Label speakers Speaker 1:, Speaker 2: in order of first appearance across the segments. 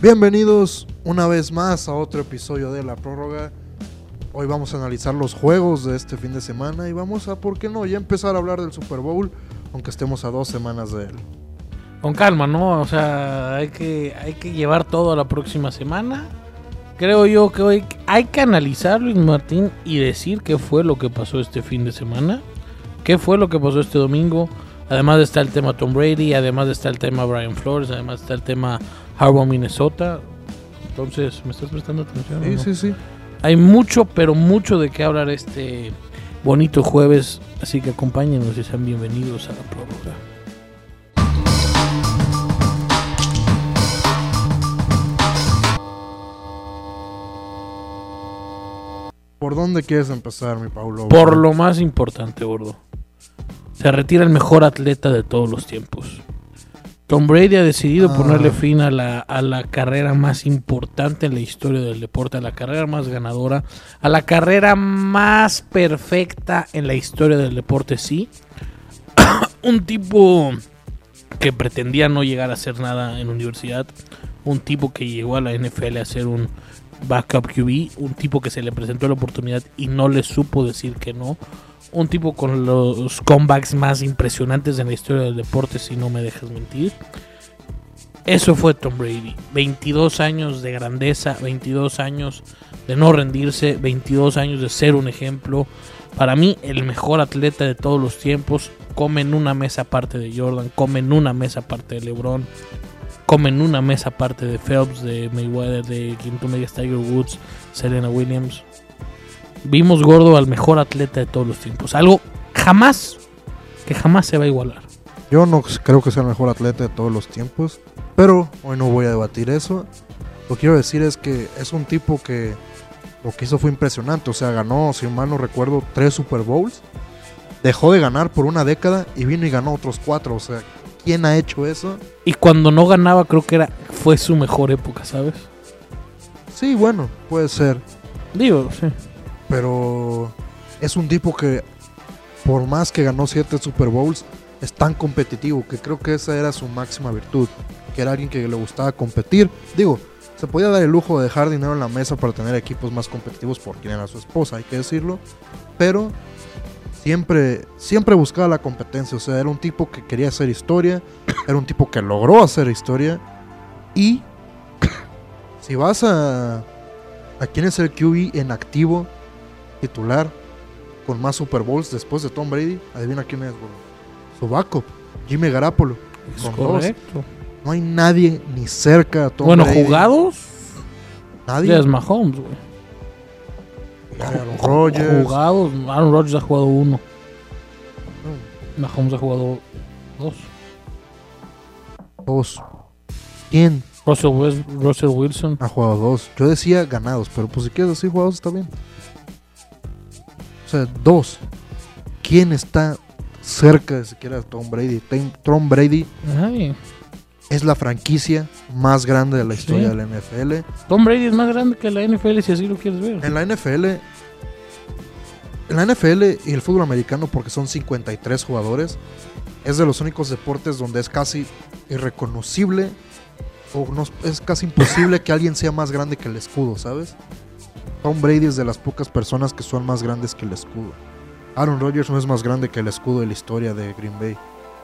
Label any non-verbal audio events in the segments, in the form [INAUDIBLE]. Speaker 1: Bienvenidos una vez más a otro episodio de La Prórroga. Hoy vamos a analizar los juegos de este fin de semana y vamos a, ¿por qué no?, ya empezar a hablar del Super Bowl, aunque estemos a dos semanas de él.
Speaker 2: Con calma, ¿no? O sea, hay que, hay que llevar todo a la próxima semana. Creo yo que hoy hay que analizar, Luis Martín, y decir qué fue lo que pasó este fin de semana, qué fue lo que pasó este domingo. Además está el tema Tom Brady, además está el tema Brian Flores, además está el tema Harbaugh Minnesota. Entonces, ¿me estás prestando atención? o
Speaker 1: Sí,
Speaker 2: no?
Speaker 1: sí, sí.
Speaker 2: Hay mucho, pero mucho de qué hablar este bonito jueves. Así que acompáñenos y sean bienvenidos a la prórroga.
Speaker 1: ¿Por dónde quieres empezar, mi Paulo?
Speaker 2: Por lo más importante, gordo. Se retira el mejor atleta de todos los tiempos. Tom Brady ha decidido
Speaker 1: Ah.
Speaker 2: ponerle fin a la, a la carrera más importante en la historia del deporte, a la carrera más ganadora, a la carrera más perfecta en la historia del deporte, sí. [COUGHS] un tipo que pretendía no llegar a hacer nada en universidad, un tipo que llegó a la NFL a ser un backup QB, un tipo que se le presentó la oportunidad y no le supo decir que no, un tipo con los comebacks más impresionantes en la historia del deporte, si no me dejas mentir. Eso fue Tom Brady. 22 años de grandeza, 22 años de no rendirse, 22 años de ser un ejemplo. Para mí, el mejor atleta de todos los tiempos. Come en una mesa aparte de Jordan, come en una mesa aparte de LeBron, come en una mesa aparte de Phelps, de Mayweather, de quien tú me digas, Tiger Woods, Serena Williams. Vimos gordo al mejor atleta de todos los tiempos. Algo jamás, que jamás se va a igualar.
Speaker 1: Yo no creo que sea el mejor atleta de todos los tiempos, pero hoy no voy a debatir eso. Lo que quiero decir es que es un tipo que lo que hizo fue impresionante. O sea, ganó, si mal no recuerdo, tres Super Bowls. Dejó de ganar por una década y vino y ganó otros cuatro. O sea, ¿quién ha hecho eso?
Speaker 2: Y cuando no ganaba, creo que era, fue su mejor época, ¿sabes?
Speaker 1: Sí, bueno, puede ser.
Speaker 2: Digo, sí.
Speaker 1: pero es un tipo que por más que ganó siete Super Bowls es tan competitivo que creo que esa era su máxima virtud, que era alguien que le gustaba competir. Digo, se podía dar el lujo de dejar dinero en la mesa para tener equipos más competitivos por quien era su esposa, hay que decirlo, pero siempre siempre buscaba la competencia, o sea, era un tipo que quería hacer historia, [COUGHS] era un tipo que logró hacer historia y [COUGHS] si vas a a quién es el QB en activo titular con más Super Bowls después de Tom Brady, adivina quién es, gordo. Su backup, Jimmy Garapolo.
Speaker 2: Es
Speaker 1: Con dos.
Speaker 2: correcto.
Speaker 1: No hay nadie ni cerca a Tom
Speaker 2: Bueno,
Speaker 1: Brady.
Speaker 2: jugados, ya
Speaker 1: Nadie.
Speaker 2: es Mahomes, güey.
Speaker 1: Aaron Rodgers.
Speaker 2: Jugados, Aaron Rodgers ha jugado uno.
Speaker 1: No,
Speaker 2: Mahomes ha jugado dos.
Speaker 1: Dos. ¿Quién
Speaker 2: Russell, West- Russell Wilson.
Speaker 1: ha jugado dos? Yo decía ganados, pero pues si quieres decir jugados está bien. O sea, dos. ¿Quién está cerca de siquiera de Tom Brady? Tem- Tom Brady
Speaker 2: Nadie.
Speaker 1: es la franquicia más grande de la historia de la NFL.
Speaker 2: Tom Brady es más grande que la NFL si así lo quieres ver.
Speaker 1: En la NFL. En la NFL y el fútbol americano, porque son 53 jugadores, es de los únicos deportes donde es casi irreconocible o no, es casi imposible que alguien sea más grande que el escudo, ¿sabes? Tom Brady es de las pocas personas que son más grandes que el escudo. Aaron Rodgers no es más grande que el escudo de la historia de Green Bay.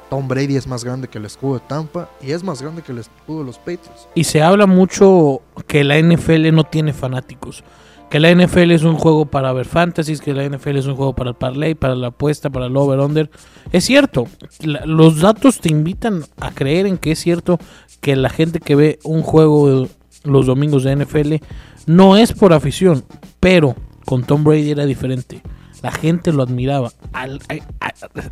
Speaker 1: Tom Brady es más grande que el escudo de Tampa y es más grande que el escudo de los Patriots.
Speaker 2: Y se habla mucho que la NFL no tiene fanáticos. Que la NFL es un juego para ver fantasies, que la NFL es un juego para el parlay, para la apuesta, para el over-under. Es cierto, la- los datos te invitan a creer en que es cierto que la gente que ve un juego de- los domingos de NFL no es por afición, pero con Tom Brady era diferente. La gente lo admiraba. Al- a- a-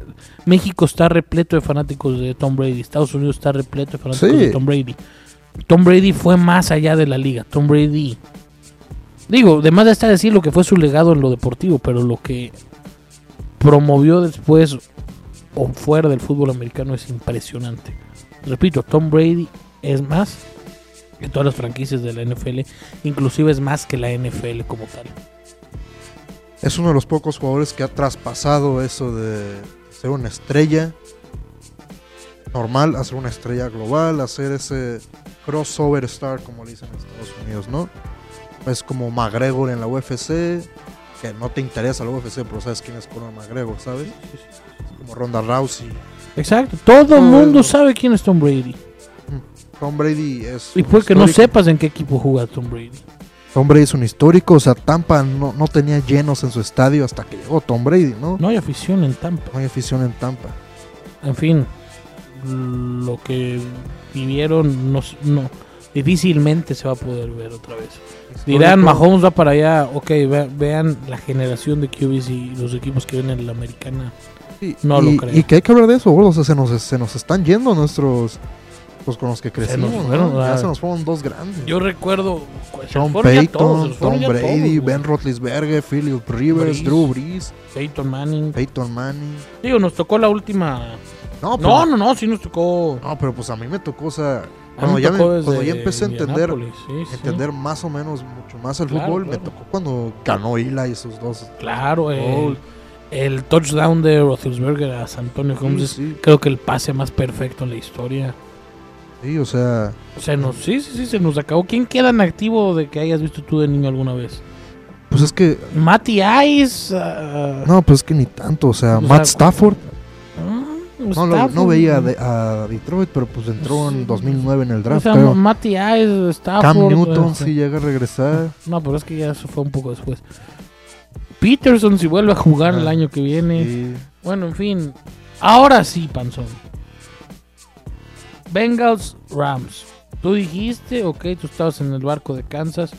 Speaker 2: México está repleto de fanáticos de Tom Brady, Estados Unidos está repleto de fanáticos
Speaker 1: Sí.
Speaker 2: de Tom Brady. Tom Brady fue más allá de la liga. Tom Brady. Digo, además de estar decir lo que fue su legado en lo deportivo, pero lo que promovió después o fuera del fútbol americano es impresionante. Repito, Tom Brady es más que todas las franquicias de la NFL, inclusive es más que la NFL como tal.
Speaker 1: es uno de los pocos jugadores que ha traspasado eso de ser una estrella normal, hacer una estrella global, hacer ese crossover star, como le dicen en Estados Unidos, ¿no? Es como McGregor en la UFC, que no te interesa la UFC, pero sabes quién es Conor McGregor, ¿sabes? Es como Ronda Rousey.
Speaker 2: Exacto, todo el
Speaker 1: Todo
Speaker 2: mundo
Speaker 1: eso.
Speaker 2: sabe quién es Tom Brady.
Speaker 1: Tom Brady es.
Speaker 2: Y
Speaker 1: un
Speaker 2: puede que no
Speaker 1: histórico.
Speaker 2: sepas en qué equipo juega Tom Brady.
Speaker 1: Tom Brady es un histórico, o sea, Tampa no, no tenía llenos en su estadio hasta que llegó Tom Brady, ¿no?
Speaker 2: No hay afición en Tampa.
Speaker 1: No hay afición en Tampa.
Speaker 2: En fin, lo que vivieron no, s- no difícilmente se va a poder ver otra vez. Dirán,
Speaker 1: Histórico.
Speaker 2: Mahomes va para allá. Ok, ve- vean la generación de QBs y los equipos que ven en la americana.
Speaker 1: Y-
Speaker 2: No lo
Speaker 1: y-
Speaker 2: creo.
Speaker 1: Y que hay que hablar de eso, gordo. O sea, se nos, se nos están yendo nuestros. Los con los que crecimos.
Speaker 2: nos
Speaker 1: ¿no?
Speaker 2: fueron,
Speaker 1: Ya
Speaker 2: ah.
Speaker 1: se nos fueron dos grandes.
Speaker 2: Yo recuerdo. se
Speaker 1: Sean
Speaker 2: fueron ya
Speaker 1: Payton,
Speaker 2: todos, se fueron
Speaker 1: Tom
Speaker 2: ya
Speaker 1: Brady,
Speaker 2: todos, güey.
Speaker 1: Ben Roethlisberger, Philip Rivers,
Speaker 2: Brees.
Speaker 1: Drew Brees,
Speaker 2: Peyton Manning.
Speaker 1: Peyton Manning.
Speaker 2: Digo, nos tocó la última.
Speaker 1: No, pero,
Speaker 2: No, no, no, sí nos tocó.
Speaker 1: no, pero pues a mí me tocó, o sea,
Speaker 2: A mí
Speaker 1: cuando,
Speaker 2: me
Speaker 1: ya, me-
Speaker 2: tocó desde
Speaker 1: cuando ya empecé a entender,
Speaker 2: Indianápolis, sí, sí.
Speaker 1: entender más o menos, mucho más el
Speaker 2: Claro,
Speaker 1: fútbol,
Speaker 2: claro.
Speaker 1: me tocó cuando ganó Ila y sus dos.
Speaker 2: Claro, el,
Speaker 1: Gol.
Speaker 2: el touchdown de Roethlisberger a San Antonio Holmes es
Speaker 1: Sí, sí,
Speaker 2: creo que el pase más perfecto en la historia.
Speaker 1: sí, o sea,
Speaker 2: Se nos, sí, sí, sí, se nos acabó. ¿Quién queda en activo de que hayas visto tú de niño alguna vez?
Speaker 1: pues es que,
Speaker 2: Matty Ice. ah,
Speaker 1: no, pues es que ni tanto, o sea,
Speaker 2: Pues, O sea,
Speaker 1: Matt Stafford,
Speaker 2: ah,
Speaker 1: no, lo-
Speaker 2: Stafford.
Speaker 1: no veía de- a Detroit, pero pues entró
Speaker 2: Sí.
Speaker 1: en 2009 en el
Speaker 2: O
Speaker 1: draft,
Speaker 2: sea,
Speaker 1: creo.
Speaker 2: Matty Ice, Stafford.
Speaker 1: Cam Newton,
Speaker 2: este.
Speaker 1: si llega a regresar.
Speaker 2: No, pero es que ya eso fue un poco después. Peterson, si vuelve a jugar el
Speaker 1: Ah,
Speaker 2: año que viene.
Speaker 1: y-
Speaker 2: Bueno, en fin. Ahora sí, Panzón. Bengals, Rams. Tú dijiste, ok, tú estabas en el barco de Kansas.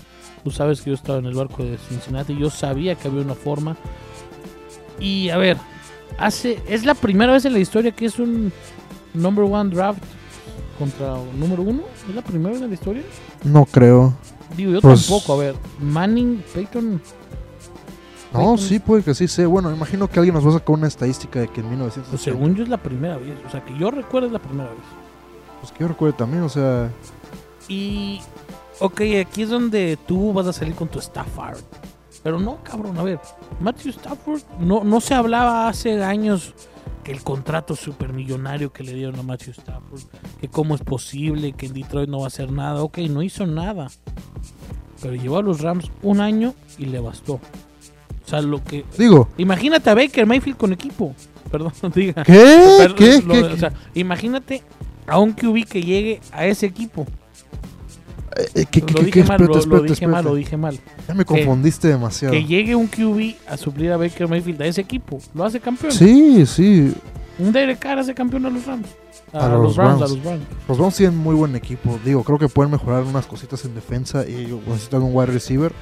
Speaker 2: Tú sabes que yo estaba en el barco de Cincinnati. Yo sabía que había una forma. Y a ver, hace, es la primera vez en la historia que es un number one draft contra un número uno. ¿Es la primera vez en la historia?
Speaker 1: No creo.
Speaker 2: Digo, yo
Speaker 1: Pues-
Speaker 2: tampoco. A ver, Manning, Peyton.
Speaker 1: No,
Speaker 2: Peyton-
Speaker 1: sí, puede que sí sea. Bueno, imagino que alguien nos va a sacar una estadística de que en 1900.
Speaker 2: Pues según yo es la primera vez. O sea, que yo recuerdo es la primera vez.
Speaker 1: Pues que yo recuerdo también, o sea.
Speaker 2: Y. Ok, aquí es donde tú vas a salir con tu Stafford. Pero no, cabrón, a ver. Matthew Stafford, no, no se hablaba hace años que el contrato supermillonario que le dieron a Matthew Stafford, que cómo es posible, que en Detroit no va a hacer nada. Ok, no hizo nada. Pero llevó a los Rams un año y le bastó. O sea, lo que.
Speaker 1: Digo,
Speaker 2: Imagínate a Baker Mayfield con equipo. [LAUGHS] Perdón, diga.
Speaker 1: ¿qué?
Speaker 2: Pero
Speaker 1: ¿Qué?
Speaker 2: lo-
Speaker 1: ¿Qué?
Speaker 2: o sea, imagínate a un QB que llegue a ese equipo.
Speaker 1: Eh, ¿Qué?
Speaker 2: lo
Speaker 1: ¿Qué?
Speaker 2: dije
Speaker 1: ¿Qué?
Speaker 2: mal,
Speaker 1: Espérate,
Speaker 2: lo, lo
Speaker 1: espérate,
Speaker 2: dije mal,
Speaker 1: espérate.
Speaker 2: lo dije mal.
Speaker 1: Ya me confundiste demasiado.
Speaker 2: Que llegue un QB a suplir a Baker Mayfield a ese equipo. Lo hace campeón.
Speaker 1: Sí, sí.
Speaker 2: Un Derek Carr hace campeón a los Rams. A,
Speaker 1: A
Speaker 2: los,
Speaker 1: los
Speaker 2: Browns,
Speaker 1: Browns.
Speaker 2: a los Browns.
Speaker 1: Los Browns tienen muy buen equipo. Digo, creo que pueden mejorar unas cositas en defensa y necesitan un wide receiver.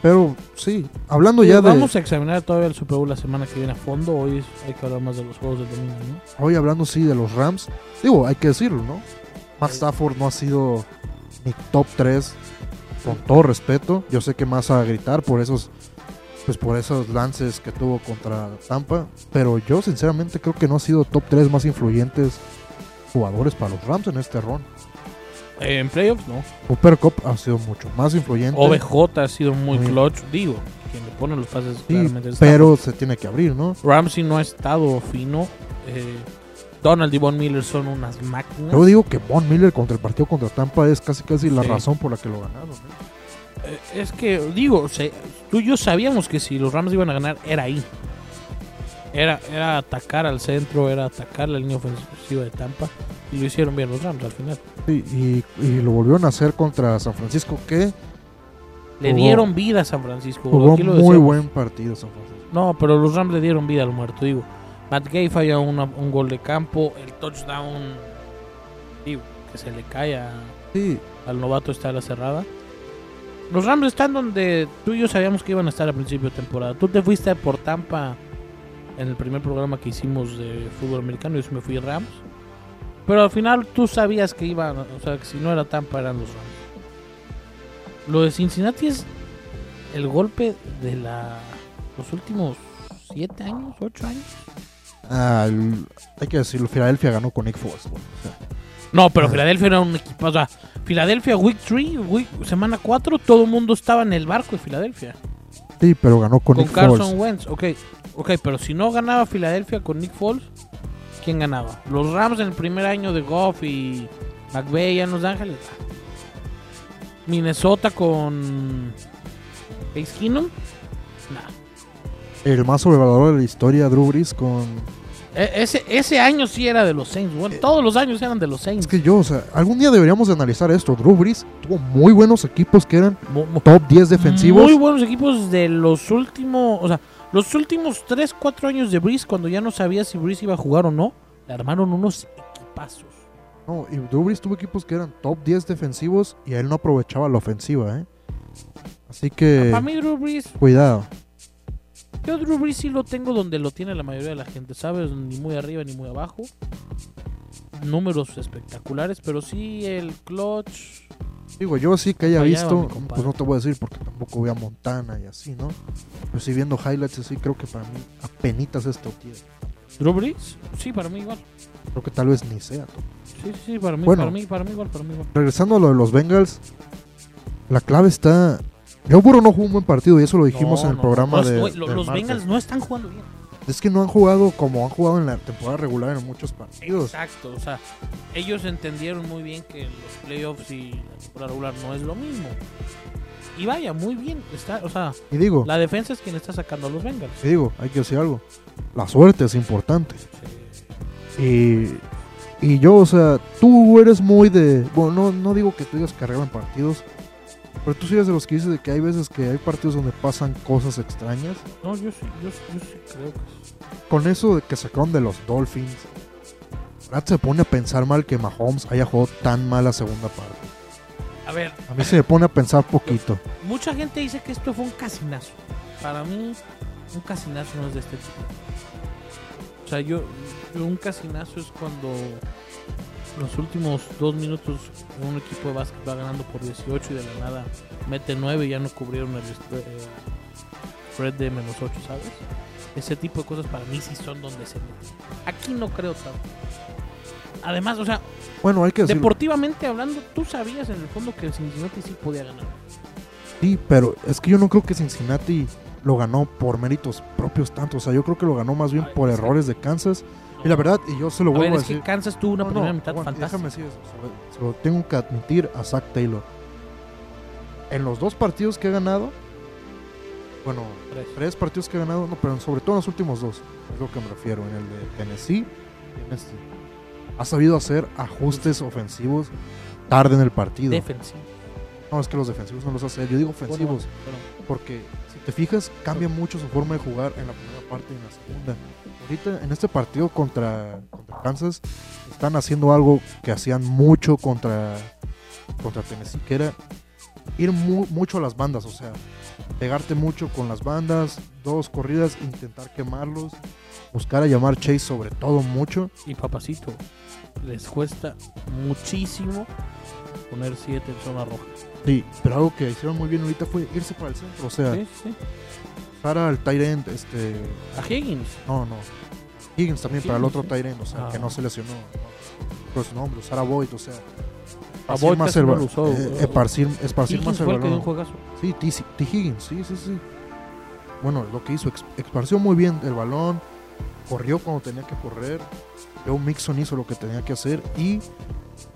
Speaker 1: Pero sí, hablando ya de.
Speaker 2: Vamos a examinar todavía el Super Bowl la semana que viene a fondo. Hoy es- hay que hablar más de los juegos del domingo, ¿no?
Speaker 1: Hoy hablando sí de los Rams, digo, hay que decirlo, ¿no? Matt Stafford no ha sido ni top 3, con todo respeto. Yo sé que más a gritar por esos pues por esos lances que tuvo contra Tampa, pero yo sinceramente creo que no ha sido top 3 más influyentes jugadores para los Rams en este ron.
Speaker 2: Eh, en playoffs, no.
Speaker 1: Cooper Cup ha sido mucho más influyente,
Speaker 2: OBJ ha sido muy
Speaker 1: Sí.
Speaker 2: clutch. Digo, quien le pone los pases
Speaker 1: sí,
Speaker 2: claramente es
Speaker 1: pero se tiene que abrir, ¿no?
Speaker 2: Ramsey no ha estado fino. eh, Donald y Von Miller son unas máquinas.
Speaker 1: Yo digo que Von Miller contra el partido contra Tampa es casi casi la
Speaker 2: Sí.
Speaker 1: razón por la que lo ganaron. ¿eh?
Speaker 2: Eh, Es que, digo, se- tú y yo sabíamos que si los Rams iban a ganar, era ahí. Era, era atacar al centro, era atacar la línea ofensiva de Tampa. Y lo hicieron bien los Rams al final.
Speaker 1: Sí, y, y lo volvieron a hacer contra San Francisco, que
Speaker 2: Le
Speaker 1: Jugó-
Speaker 2: dieron vida a San Francisco.
Speaker 1: jugó
Speaker 2: aquí lo
Speaker 1: muy
Speaker 2: decíamos.
Speaker 1: buen partido San Francisco.
Speaker 2: No, pero los Rams le dieron vida al muerto, digo. Matt Gay falla una- un gol de campo. El touchdown, digo, que se le cae a-
Speaker 1: Sí,
Speaker 2: al novato está a la cerrada. Los Rams están donde tú y yo sabíamos que iban a estar a principio de temporada. Tú te fuiste por Tampa en el primer programa que hicimos de fútbol americano. Yo sí me fui Rams. Pero al final tú sabías que iban, o sea, que si no era Tampa eran los Rams. Lo de Cincinnati es el golpe de la los últimos siete años, ocho años.
Speaker 1: Ah, el- hay que decirlo, Filadelfia ganó con Nick Foles. güey. O sea,
Speaker 2: No, pero
Speaker 1: Ajá.
Speaker 2: Filadelfia era un equipo. O sea, Filadelfia, week 3, semana 4, todo el mundo estaba en el barco de Filadelfia.
Speaker 1: sí, pero ganó con,
Speaker 2: Con,
Speaker 1: Nick
Speaker 2: Carson
Speaker 1: Foles.
Speaker 2: Wentz. Ok, ok, pero si no ganaba Filadelfia con Nick Foles, ¿quién ganaba? Los Rams en el primer año de Goff y McVay en Los Ángeles. Minnesota con Case Keenum. Nah.
Speaker 1: El más sobrevalorado de la historia, Drew Brees, con...
Speaker 2: E- Ese, ese año sí era de los Saints. Bueno, todos los años eran de los
Speaker 1: Eh, Es
Speaker 2: Saints.
Speaker 1: que yo, o sea, algún día deberíamos de analizar esto. Drew Brees tuvo muy buenos equipos que eran
Speaker 2: Mu- mu-
Speaker 1: top 10 defensivos.
Speaker 2: Muy buenos equipos de los últimos, o sea, los últimos 3, 4 años de Breeze, cuando ya no sabía si Breeze iba a jugar o no, le armaron unos equipazos.
Speaker 1: No, y Drew Brees tuvo equipos que eran top 10 defensivos y él no aprovechaba la ofensiva, ¿eh? Así que,
Speaker 2: Para mí Drew Brees,
Speaker 1: cuidado.
Speaker 2: yo Drew Brees sí lo tengo donde lo tiene la mayoría de la gente, ¿sabes? Ni muy arriba ni muy abajo. Números espectaculares, pero sí el clutch.
Speaker 1: Digo, yo sí que haya
Speaker 2: Fallaba, mi
Speaker 1: visto,
Speaker 2: compadre.
Speaker 1: pues no te voy a decir porque tampoco veo a Montana y así, ¿no? Pero sí viendo highlights así, creo que para mí apenitas es top 10.
Speaker 2: Drew Brees, sí, para mí igual.
Speaker 1: Creo que tal vez ni sea. top.
Speaker 2: Sí, sí, sí, para mí,
Speaker 1: Bueno.
Speaker 2: para mí, para mí igual, para mí igual.
Speaker 1: Regresando a lo de los Bengals, la clave está... Joe Burrow no jugó un buen partido y eso lo dijimos
Speaker 2: No,
Speaker 1: en el
Speaker 2: no,
Speaker 1: programa
Speaker 2: no,
Speaker 1: de...
Speaker 2: güey, lo-
Speaker 1: del
Speaker 2: los
Speaker 1: martes.
Speaker 2: Bengals no están jugando bien.
Speaker 1: Es que no han jugado como han jugado en la temporada regular en muchos partidos.
Speaker 2: Exacto, o sea, ellos entendieron muy bien que los playoffs y la temporada regular no es lo mismo. Y vaya, muy bien, está, o sea,
Speaker 1: Y digo,
Speaker 2: la defensa es quien está sacando a los Bengals.
Speaker 1: y digo, hay que decir algo. La suerte es importante. Y, y yo, o sea, tú eres muy de... Bueno, no, no digo que tú digas que arreglan partidos, pero tú sí eres de los que dices de que hay veces que hay partidos donde pasan cosas extrañas.
Speaker 2: No, yo sí, yo, sí- yo sí creo que sí.
Speaker 1: Con eso de que sacaron de los Dolphins, Brad se pone a pensar mal que Mahomes haya jugado tan mal la segunda parte.
Speaker 2: A ver,
Speaker 1: A mí se me pone a pensar poquito.
Speaker 2: mucha gente dice que esto fue un casinazo. Para mí, un casinazo no es de este tipo. O sea, yo, yo un casinazo es cuando en los últimos dos minutos un equipo de básquet va ganando por 18 y de la nada mete 9 y ya no cubrieron el sp- eh, spread de menos 8, ¿sabes? Ese tipo de cosas para mí sí son donde se meten. Aquí no creo tanto. Además, o sea,
Speaker 1: Bueno, hay que decirlo.
Speaker 2: deportivamente hablando, tú sabías en el fondo que el Cincinnati sí podía ganar.
Speaker 1: Sí, pero es que yo no creo que Cincinnati lo ganó por méritos propios tanto. O sea, yo creo que lo ganó más bien
Speaker 2: Ay,
Speaker 1: por
Speaker 2: es que-
Speaker 1: errores de Kansas. Y la verdad, y yo se lo
Speaker 2: A ver,
Speaker 1: vuelvo a,
Speaker 2: es
Speaker 1: decir.
Speaker 2: que Kansas tuvo pues, una
Speaker 1: No, no,
Speaker 2: primera mitad
Speaker 1: aguanta,
Speaker 2: fantástica.
Speaker 1: déjame decir eso, se lo, se lo tengo que admitir a Zach Taylor. En los dos partidos que ha ganado, bueno,
Speaker 2: Tres.
Speaker 1: tres partidos que ha ganado, no, pero sobre todo en los últimos dos, es lo que me refiero, en el de Tennessee y en este. Ha sabido hacer ajustes ofensivos tarde en el partido.
Speaker 2: Defensivo.
Speaker 1: no, es que los defensivos no los hace, yo digo ofensivos.
Speaker 2: Bueno,
Speaker 1: Porque si te fijas, cambia mucho su forma de jugar en la primera parte y en la segunda. Ahorita en este partido contra, contra Kansas están haciendo algo que hacían mucho contra, contra Tennessee, que era ir mu- mucho a las bandas, o sea, pegarte mucho con las bandas, dos corridas, intentar quemarlos, buscar a llamar Chase sobre todo mucho.
Speaker 2: pero- Y papacito, les cuesta muchísimo poner 7 en zona roja.
Speaker 1: Sí, pero algo que hicieron muy bien ahorita fue irse para el centro, o sea,
Speaker 2: Sí, sí.
Speaker 1: buscar al tight end, este,
Speaker 2: A Higgins.
Speaker 1: No, no. Higgins también para el
Speaker 2: Higgins,
Speaker 1: otro
Speaker 2: ¿sí?
Speaker 1: Tyren, o sea,
Speaker 2: Ah.
Speaker 1: que no se lesionó. Por su nombre, usar a Boyd, o sea.
Speaker 2: A
Speaker 1: esparcir
Speaker 2: Boyd
Speaker 1: más
Speaker 2: casi
Speaker 1: el
Speaker 2: no
Speaker 1: ba-
Speaker 2: lo usó,
Speaker 1: eh,
Speaker 2: güey.
Speaker 1: esparcir, esparcir
Speaker 2: Higgins
Speaker 1: más el
Speaker 2: fue el que dio un
Speaker 1: balón.
Speaker 2: juegazo.
Speaker 1: Sí, T. T. Higgins, sí, sí, sí. Bueno, lo que hizo, ex- esparció muy bien el balón, corrió cuando tenía que correr. Joe Mixon hizo lo que tenía que hacer y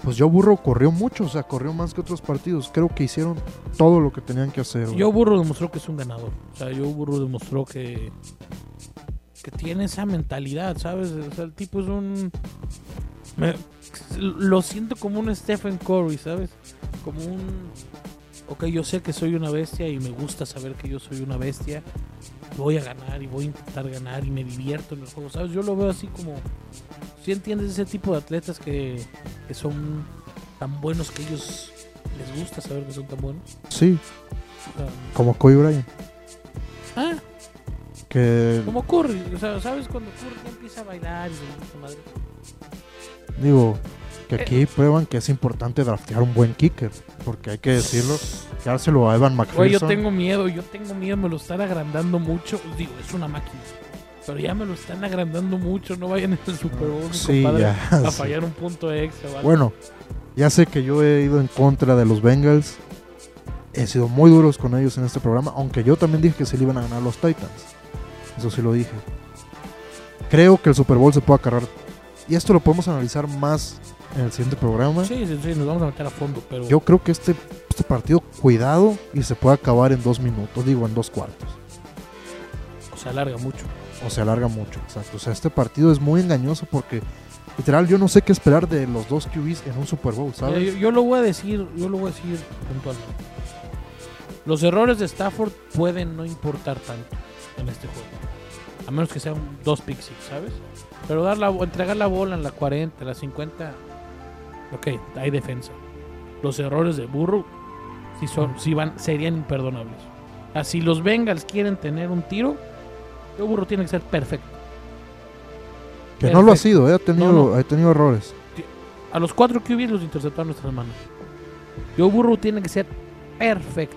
Speaker 1: pues Joe Burro corrió mucho, o sea, corrió más que otros partidos. Creo que hicieron todo lo que tenían que hacer. güey.
Speaker 2: Yo Burro demostró que es un ganador. O sea, yo Burro demostró que que tiene esa mentalidad, ¿sabes? O sea, el tipo es un me- lo siento como un Stephen Curry, ¿sabes? Como un Ok, yo sé que soy una bestia y me gusta saber que yo soy una bestia. Voy a ganar y voy a intentar ganar y me divierto en el juego, ¿sabes? Yo lo veo así como si entiendes ese tipo de atletas que, que son tan buenos que ellos les gusta saber que son tan buenos.
Speaker 1: Sí,
Speaker 2: O sea,
Speaker 1: como Kobe Bryant.
Speaker 2: ah,
Speaker 1: Que
Speaker 2: Como Curry, o sea, ¿sabes cuando Curry ya empieza a bailar y le gusta madre?
Speaker 1: Digo, que
Speaker 2: Eh,
Speaker 1: aquí prueban que es importante draftear un buen kicker. Porque hay que decirlo, dárselo a Evan McPherson.
Speaker 2: Güey, yo tengo miedo, yo tengo miedo, me lo están agrandando mucho. Digo, es una máquina. Pero ya me lo están agrandando mucho, no vayan al Super Bowl, mi
Speaker 1: Sí,
Speaker 2: compadre,
Speaker 1: ya,
Speaker 2: a
Speaker 1: sí.
Speaker 2: fallar un punto extra. o algo.
Speaker 1: Bueno, ya sé que yo he ido en contra de los Bengals. He sido muy duros con ellos en este programa. Aunque yo también dije que se le iban a ganar los Titans. Eso sí lo dije. Creo que el Super Bowl se puede acarrear Y esto lo podemos analizar más en el siguiente programa.
Speaker 2: Sí, sí, sí, nos vamos a meter a fondo, pero
Speaker 1: Yo creo que este, este partido, cuidado, y se puede acabar en dos minutos, digo, en dos cuartos.
Speaker 2: se alarga mucho.
Speaker 1: O se alarga mucho, exacto. O sea, este partido es muy engañoso porque, literal, yo no sé qué esperar de los dos QBs en un Super Bowl,
Speaker 2: Mira,
Speaker 1: ¿sabes?
Speaker 2: Yo, yo lo voy a decir, yo lo voy a decir puntualmente. Los errores de Stafford pueden no importar tanto en este juego. A menos que sean dos pick six, ¿sabes? Pero dar la, bo- entregar la bola en la 40, en la 50, ok, hay defensa. Los errores de Burrow sí son, sí van, serían imperdonables. Así los Bengals quieren tener un tiro, yo Burrow tiene que ser perfecto.
Speaker 1: Que no lo ha
Speaker 2: perfecto.
Speaker 1: sido, ¿eh? ha, tenido,
Speaker 2: este, No, no.
Speaker 1: ha tenido errores.
Speaker 2: A los cuatro QBs los interceptaron nuestras manos. Yo Burrow tiene que ser perfecto.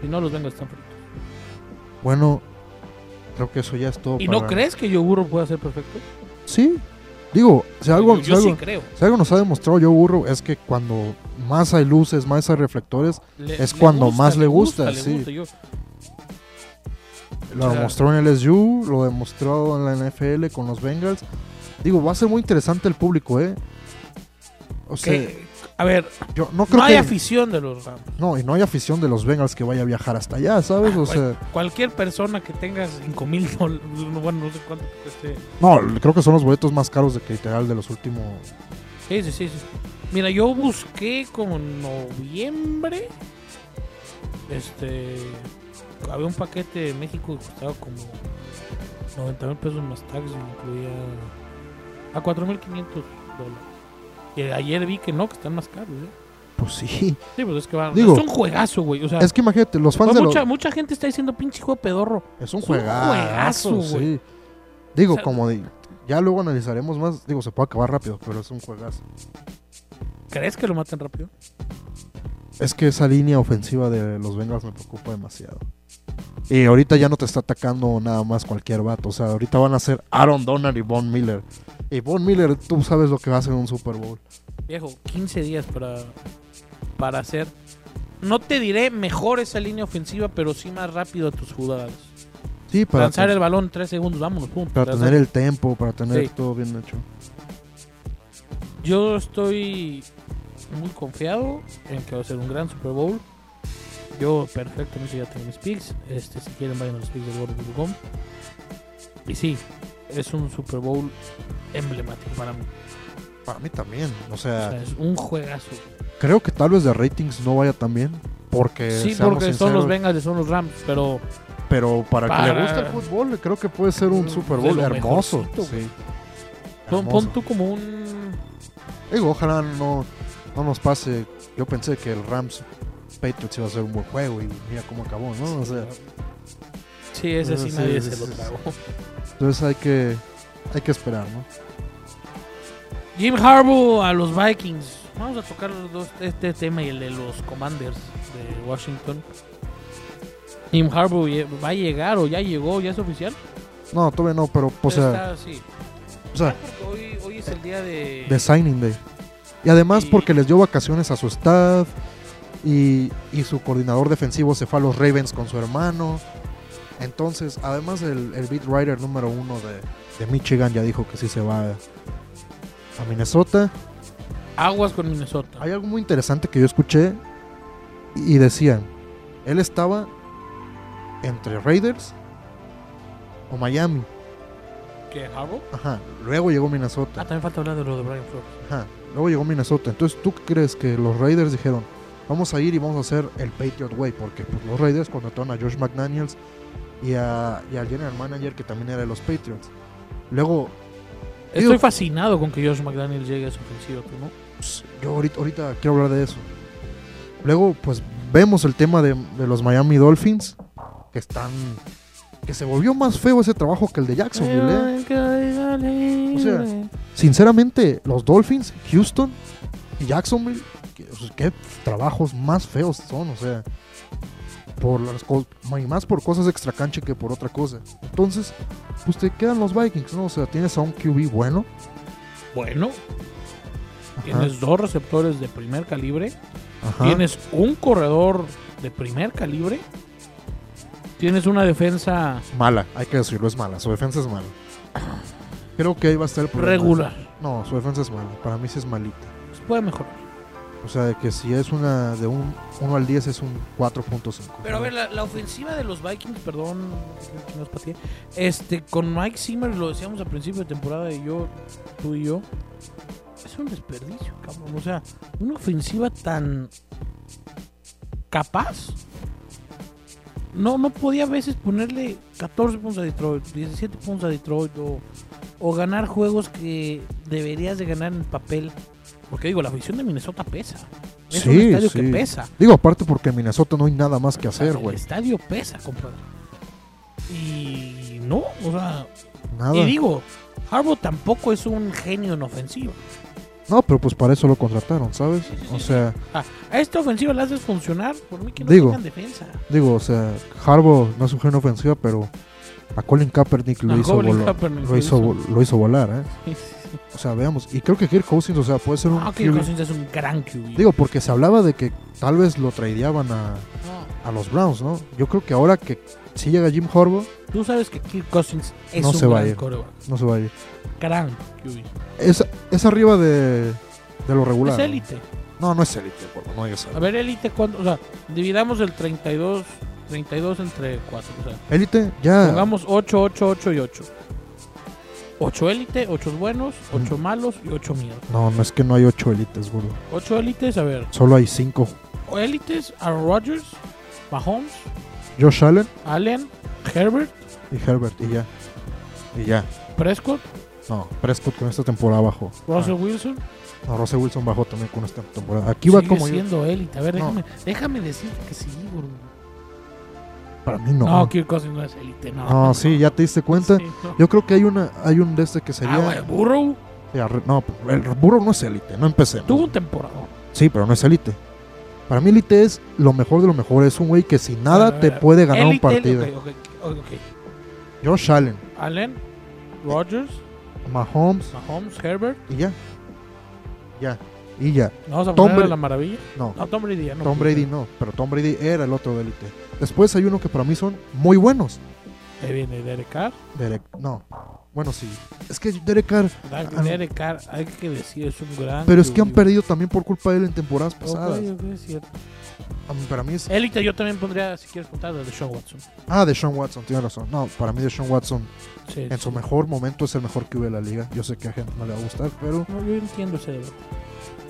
Speaker 2: Si no, los Bengals están fritos.
Speaker 1: Bueno, creo que eso ya es todo.
Speaker 2: ¿Y
Speaker 1: para-
Speaker 2: no crees que Joe Burrow pueda ser perfecto?
Speaker 1: Sí. Digo, si algo,
Speaker 2: yo
Speaker 1: si
Speaker 2: yo
Speaker 1: algo-
Speaker 2: sí creo.
Speaker 1: si algo nos ha demostrado Joe Burrow es que cuando más hay luces, más hay reflectores,
Speaker 2: Le-
Speaker 1: es cuando más le gusta,
Speaker 2: le
Speaker 1: sí.
Speaker 2: gusta. Yo-
Speaker 1: lo
Speaker 2: Claro.
Speaker 1: demostró en LSU, lo demostró en la NFL con los Bengals. Digo, va a ser muy interesante el público, ¿eh? O sea,
Speaker 2: que- a ver,
Speaker 1: yo no creo
Speaker 2: no hay
Speaker 1: que...
Speaker 2: afición de los Rams.
Speaker 1: No, y no hay afición de los Bengals que vaya a viajar hasta allá, ¿sabes? O sea,
Speaker 2: Cualquier persona que tenga 5 mil dólares, [LAUGHS] bueno, no sé cuánto cueste.
Speaker 1: no, creo que son los boletos más caros de que literal de los últimos...
Speaker 2: Sí, sí, sí, sí. Mira, yo busqué como en noviembre. Este. Había un paquete de México que costaba como 90 mil pesos más taxes. Incluía. A 4500 dólares. Y ayer vi que no, que están más caros. ¿eh?
Speaker 1: Pues sí.
Speaker 2: Sí, pues es que van.
Speaker 1: Digo,
Speaker 2: es un juegazo, güey. O sea,
Speaker 1: Es que imagínate, los fans
Speaker 2: pues
Speaker 1: de los...
Speaker 2: Ah. mucha, mucha gente está diciendo pinche juego pedorro.
Speaker 1: Es un
Speaker 2: Es un
Speaker 1: juegazo,
Speaker 2: juegazo, güey.
Speaker 1: sí. Digo,
Speaker 2: O sea-
Speaker 1: como di- ya luego analizaremos más, digo, se puede acabar rápido, pero es un juegazo.
Speaker 2: ¿Crees que lo maten rápido?
Speaker 1: Es que esa línea ofensiva de los Bengals me preocupa demasiado. Y ahorita ya no te está atacando nada más cualquier vato. O sea, ahorita van a ser Aaron Donald y Von Miller. Y Von Miller, tú sabes lo que va a hacer en un Super Bowl.
Speaker 2: Viejo, 15 días para, para hacer. No te diré mejor esa línea ofensiva, pero sí más rápido a tus jugadas.
Speaker 1: Sí, para,
Speaker 2: Lanzar
Speaker 1: ten-
Speaker 2: el balón 3 segundos, vámonos, pum.
Speaker 1: para
Speaker 2: Lanzar.
Speaker 1: tener el tempo, para tener
Speaker 2: Sí.
Speaker 1: todo bien hecho.
Speaker 2: Yo estoy muy confiado en que va a ser un gran Super Bowl. Yo perfectamente ya tengo mis picks. Este, si quieren, vayan a los picks de World.com. Y sí, es un Super Bowl emblemático para mí.
Speaker 1: Para mí también. O
Speaker 2: O
Speaker 1: sea,
Speaker 2: sea, es un juegazo.
Speaker 1: creo que tal vez de ratings no vaya tan bien. Porque,
Speaker 2: Sí,
Speaker 1: Eh, seamos
Speaker 2: porque son los
Speaker 1: sinceros,
Speaker 2: Bengals y son los Rams, pero
Speaker 1: Pero para, el que le gusta
Speaker 2: Para- Mm,
Speaker 1: el fútbol, creo que puede ser un
Speaker 2: De
Speaker 1: Super
Speaker 2: lo
Speaker 1: Bowl hermoso.
Speaker 2: mejorcito,
Speaker 1: sí.
Speaker 2: pon,
Speaker 1: Hermoso.
Speaker 2: pon tú como un
Speaker 1: Digo, ojalá no, no nos pase. Yo pensé que el Rams Patriots iba a ser un buen juego y mira cómo acabó, ¿no? O sea,
Speaker 2: Sí, ese sí
Speaker 1: Sí,
Speaker 2: nadie
Speaker 1: sí,
Speaker 2: se lo
Speaker 1: sí,
Speaker 2: tragó.
Speaker 1: entonces hay que, hay que esperar, ¿no?
Speaker 2: Jim Harbaugh a los Vikings. Vamos a tocar los dos, este tema y el de los Commanders de Washington. Jim Harbaugh ye- va a llegar o ya llegó, ya es oficial.
Speaker 1: No, todavía no, pero o sea,
Speaker 2: Está así.
Speaker 1: o sea,
Speaker 2: Porque hoy, hoy es el día de.
Speaker 1: de signing day. Y además
Speaker 2: Y-
Speaker 1: porque les dio vacaciones a su staff y, y su coordinador defensivo se fue a los Ravens con su hermano. Entonces, además el, el beat writer número uno de, de Michigan ya dijo que sí se va a Minnesota.
Speaker 2: Aguas con Minnesota.
Speaker 1: Hay algo muy interesante que yo escuché y y decían, él estaba entre Raiders o Miami.
Speaker 2: ¿Qué, Harbaugh?
Speaker 1: Ajá. Luego llegó
Speaker 2: Ah,
Speaker 1: Minnesota.
Speaker 2: también falta hablar de lo de Brian Flores.
Speaker 1: Ajá. Luego llegó Minnesota. Entonces, ¿tú crees que los Raiders dijeron, vamos a ir y vamos a hacer el Patriot Way? Porque pues, los Raiders contrataron a Josh McDaniels y, a, y al general manager que también era de los Patriots. Luego,
Speaker 2: Estoy fascinado con que Josh McDaniel llegue a su ofensiva, ¿tú no?
Speaker 1: Pues, yo ahorita, ahorita quiero hablar de eso. Luego, pues vemos el tema de, de los Miami Dolphins, que están. que se volvió más feo ese trabajo que el de Jacksonville. ¿eh? O sea, Sinceramente, los Dolphins, Houston y Jacksonville, que- o sea, qué trabajos más feos son, o sea. Por las co- y más por cosas extra cancha que por otra cosa. Entonces, pues te quedan los Vikings, ¿no? O sea, tienes a un QB bueno.
Speaker 2: bueno,
Speaker 1: Ajá,
Speaker 2: tienes dos receptores de primer calibre.
Speaker 1: ajá.
Speaker 2: Tienes un corredor de primer calibre. Tienes una defensa
Speaker 1: Mala, hay que decirlo, es mala. Su defensa es mala. Creo que ahí va a estar el problema.
Speaker 2: regular.
Speaker 1: No, su defensa es mala. Para mí sí es malita.
Speaker 2: Se puede mejorar.
Speaker 1: O sea, que si es una de un 1 al 10 es un 4.5.
Speaker 2: Pero a ver, la, la ofensiva de los Vikings, perdón, que nos pateé, este, con Mike Zimmer lo decíamos al principio de temporada y yo, tú y yo, es un desperdicio, cabrón. O sea, una ofensiva tan capaz. No, no podía a veces ponerle 14 puntos a Detroit, 17 puntos a Detroit o, o ganar juegos que deberías de ganar en papel. Porque digo, la afición de Minnesota pesa. Es un
Speaker 1: Sí,
Speaker 2: estadio que
Speaker 1: sí.
Speaker 2: pesa.
Speaker 1: Digo, aparte porque en Minnesota no hay nada más que hacer,
Speaker 2: El
Speaker 1: güey.
Speaker 2: estadio pesa, compadre. Y no, o sea, y
Speaker 1: Nada.
Speaker 2: digo, Harbaugh tampoco es un genio en ofensiva.
Speaker 1: No, pero pues para eso lo contrataron, ¿sabes? O sea,
Speaker 2: Ah, a esta ofensiva la haces funcionar, por mí que no
Speaker 1: Digo.
Speaker 2: tengan defensa.
Speaker 1: digo, o sea, Harbaugh no es un genio ofensiva, pero a Colin Kaepernick lo,
Speaker 2: A
Speaker 1: hizo,
Speaker 2: Colin
Speaker 1: volar,
Speaker 2: Kaepernick
Speaker 1: lo,
Speaker 2: lo
Speaker 1: hizo,
Speaker 2: hizo.
Speaker 1: vol- lo hizo volar, ¿eh?
Speaker 2: Sí, sí, sí.
Speaker 1: O sea, veamos. Y creo que Kirk Cousins, o sea, puede ser un...
Speaker 2: No, Kirk
Speaker 1: QB.
Speaker 2: Ah, Cousins es un gran QB.
Speaker 1: Digo, porque se hablaba de que tal vez lo traideaban a,
Speaker 2: No,
Speaker 1: a los Browns, ¿no? Yo creo que ahora que si llega Jim Harbaugh,
Speaker 2: tú sabes que Kirk Cousins es
Speaker 1: No
Speaker 2: un
Speaker 1: se va a
Speaker 2: gran
Speaker 1: ir.
Speaker 2: quarterback.
Speaker 1: no se va a ir.
Speaker 2: Gran QB.
Speaker 1: Es, es arriba de, de lo regular.
Speaker 2: Es
Speaker 1: ¿no?
Speaker 2: élite.
Speaker 1: No, no es élite, por favor, no digas
Speaker 2: A
Speaker 1: élite.
Speaker 2: ver, élite, ¿cuánto? O sea, dividamos el 32, 32 entre 4. O sea,
Speaker 1: Élite, ya.
Speaker 2: Pongamos 8, 8, 8 y 8. 8 élite, 8 buenos, 8 malos y 8 mierda.
Speaker 1: No, no es que no hay ocho élites, boludo.
Speaker 2: 8 élites, a ver.
Speaker 1: Solo hay cinco.
Speaker 2: Élites, Aaron Rodgers, Mahomes,
Speaker 1: Josh Allen
Speaker 2: Allen, Herbert,
Speaker 1: y Herbert, y ya. Y ya.
Speaker 2: Prescott,
Speaker 1: No, Prescott con esta temporada bajó.
Speaker 2: Russell Wilson.
Speaker 1: Ah, no, Russell Wilson bajó también con esta temporada. Aquí va
Speaker 2: Sigue
Speaker 1: como yo.
Speaker 2: siendo élite. A ver,
Speaker 1: No.
Speaker 2: déjame, déjame decirte que sí, bro.
Speaker 1: Para mí
Speaker 2: No,
Speaker 1: no.
Speaker 2: Kirk Cousins no es élite, no.
Speaker 1: No, sí, ya te diste cuenta.
Speaker 2: Ah, Sí, no.
Speaker 1: Yo creo que hay una, hay un de este que sería.
Speaker 2: Ah, güey, Burrow
Speaker 1: Sí, arre- No, el burro no es élite, no empecemos.
Speaker 2: tuvo un temporada.
Speaker 1: Sí, pero no es élite. Para mí élite es lo mejor de lo mejor. Es un güey que sin nada
Speaker 2: Ah,
Speaker 1: te puede ganar un partido.
Speaker 2: Ok, ok, ok.
Speaker 1: Josh Allen,
Speaker 2: Allen, Rodgers,
Speaker 1: Mahomes
Speaker 2: Mahomes, Herbert.
Speaker 1: y ya. Ya, y ya.
Speaker 2: ¿No vamos a
Speaker 1: Tom
Speaker 2: poner a
Speaker 1: Brady.
Speaker 2: la maravilla?
Speaker 1: No,
Speaker 2: No, Tom Brady ya no.
Speaker 1: Tom Brady no, pero Tom Brady era el otro de élite. Después hay uno que para mí son muy buenos.
Speaker 2: Ahí viene Derek Carr.
Speaker 1: Derek, no. Bueno, sí. Es que Derek Carr,
Speaker 2: Da-
Speaker 1: Ah,
Speaker 2: Derek Carr, hay que decir, es un gran.
Speaker 1: pero es que han
Speaker 2: QB.
Speaker 1: perdido también por culpa de él en temporadas pasadas.
Speaker 2: Ok, ok, es cierto.
Speaker 1: A mí- Para mí es
Speaker 2: Élite, yo también pondría, si quieres contar, de Sean Watson.
Speaker 1: Ah, de Sean Watson, tiene razón. No, para mí de Sean Watson
Speaker 2: Sí,
Speaker 1: en
Speaker 2: sí.
Speaker 1: su mejor momento es el mejor QB de la liga. Yo sé que a gente no le va a gustar, pero
Speaker 2: No, yo entiendo ese debate.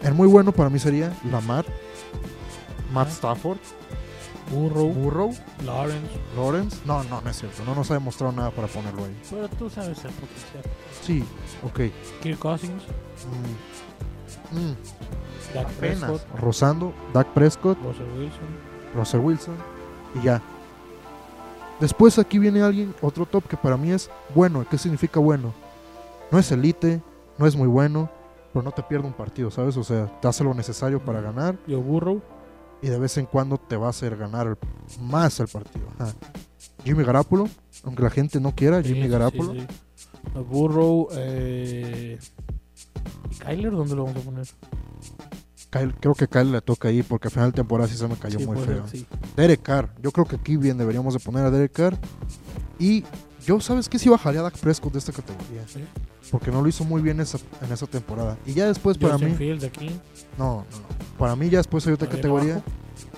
Speaker 1: el muy bueno para mí sería Lamar, Matt
Speaker 2: Ah. Uh.
Speaker 1: Stafford,
Speaker 2: Burrow,
Speaker 1: Burrow,
Speaker 2: Lawrence.
Speaker 1: Lawrence. No, no, no es cierto. No nos ha demostrado nada para ponerlo ahí.
Speaker 2: Pero tú sabes el potencial.
Speaker 1: Sí, ok.
Speaker 2: Kirk Cousins,
Speaker 1: Mm. Mm,
Speaker 2: Dak
Speaker 1: apenas.
Speaker 2: Prescott,
Speaker 1: Rozando, Dak Prescott,
Speaker 2: Russell Wilson.
Speaker 1: Russell Wilson y ya. Después aquí viene alguien, otro top que para mí es bueno. ¿Qué significa bueno? No es elite, no es muy bueno, pero no te pierde un partido, ¿sabes? O sea, te hace lo necesario para ganar
Speaker 2: Yo Burrow.
Speaker 1: y de vez en cuando te va a hacer ganar el- más el partido. Ajá. Jimmy Garapolo, aunque la gente no quiera,
Speaker 2: Sí,
Speaker 1: Jimmy
Speaker 2: sí,
Speaker 1: Garapolo.
Speaker 2: sí, sí. Burrow, eh. ¿Y Kyler dónde lo vamos a poner?
Speaker 1: Kyle- creo que Kyle le toca ahí porque al final de temporada sí se me cayó
Speaker 2: Sí,
Speaker 1: muy
Speaker 2: puede
Speaker 1: feo.
Speaker 2: ser, sí.
Speaker 1: Derek Carr. Yo creo que aquí bien deberíamos de poner a Derek Carr. Y yo, ¿sabes qué? Sí bajaría a Dak Prescott de esta categoría.
Speaker 2: Sí.
Speaker 1: Porque no lo hizo muy bien esa, en esa temporada. Y ya después Pues para
Speaker 2: Justin
Speaker 1: mí...
Speaker 2: Fields aquí.
Speaker 1: No, no, no. Para mí ya después hay otra
Speaker 2: A ver,
Speaker 1: categoría.
Speaker 2: abajo.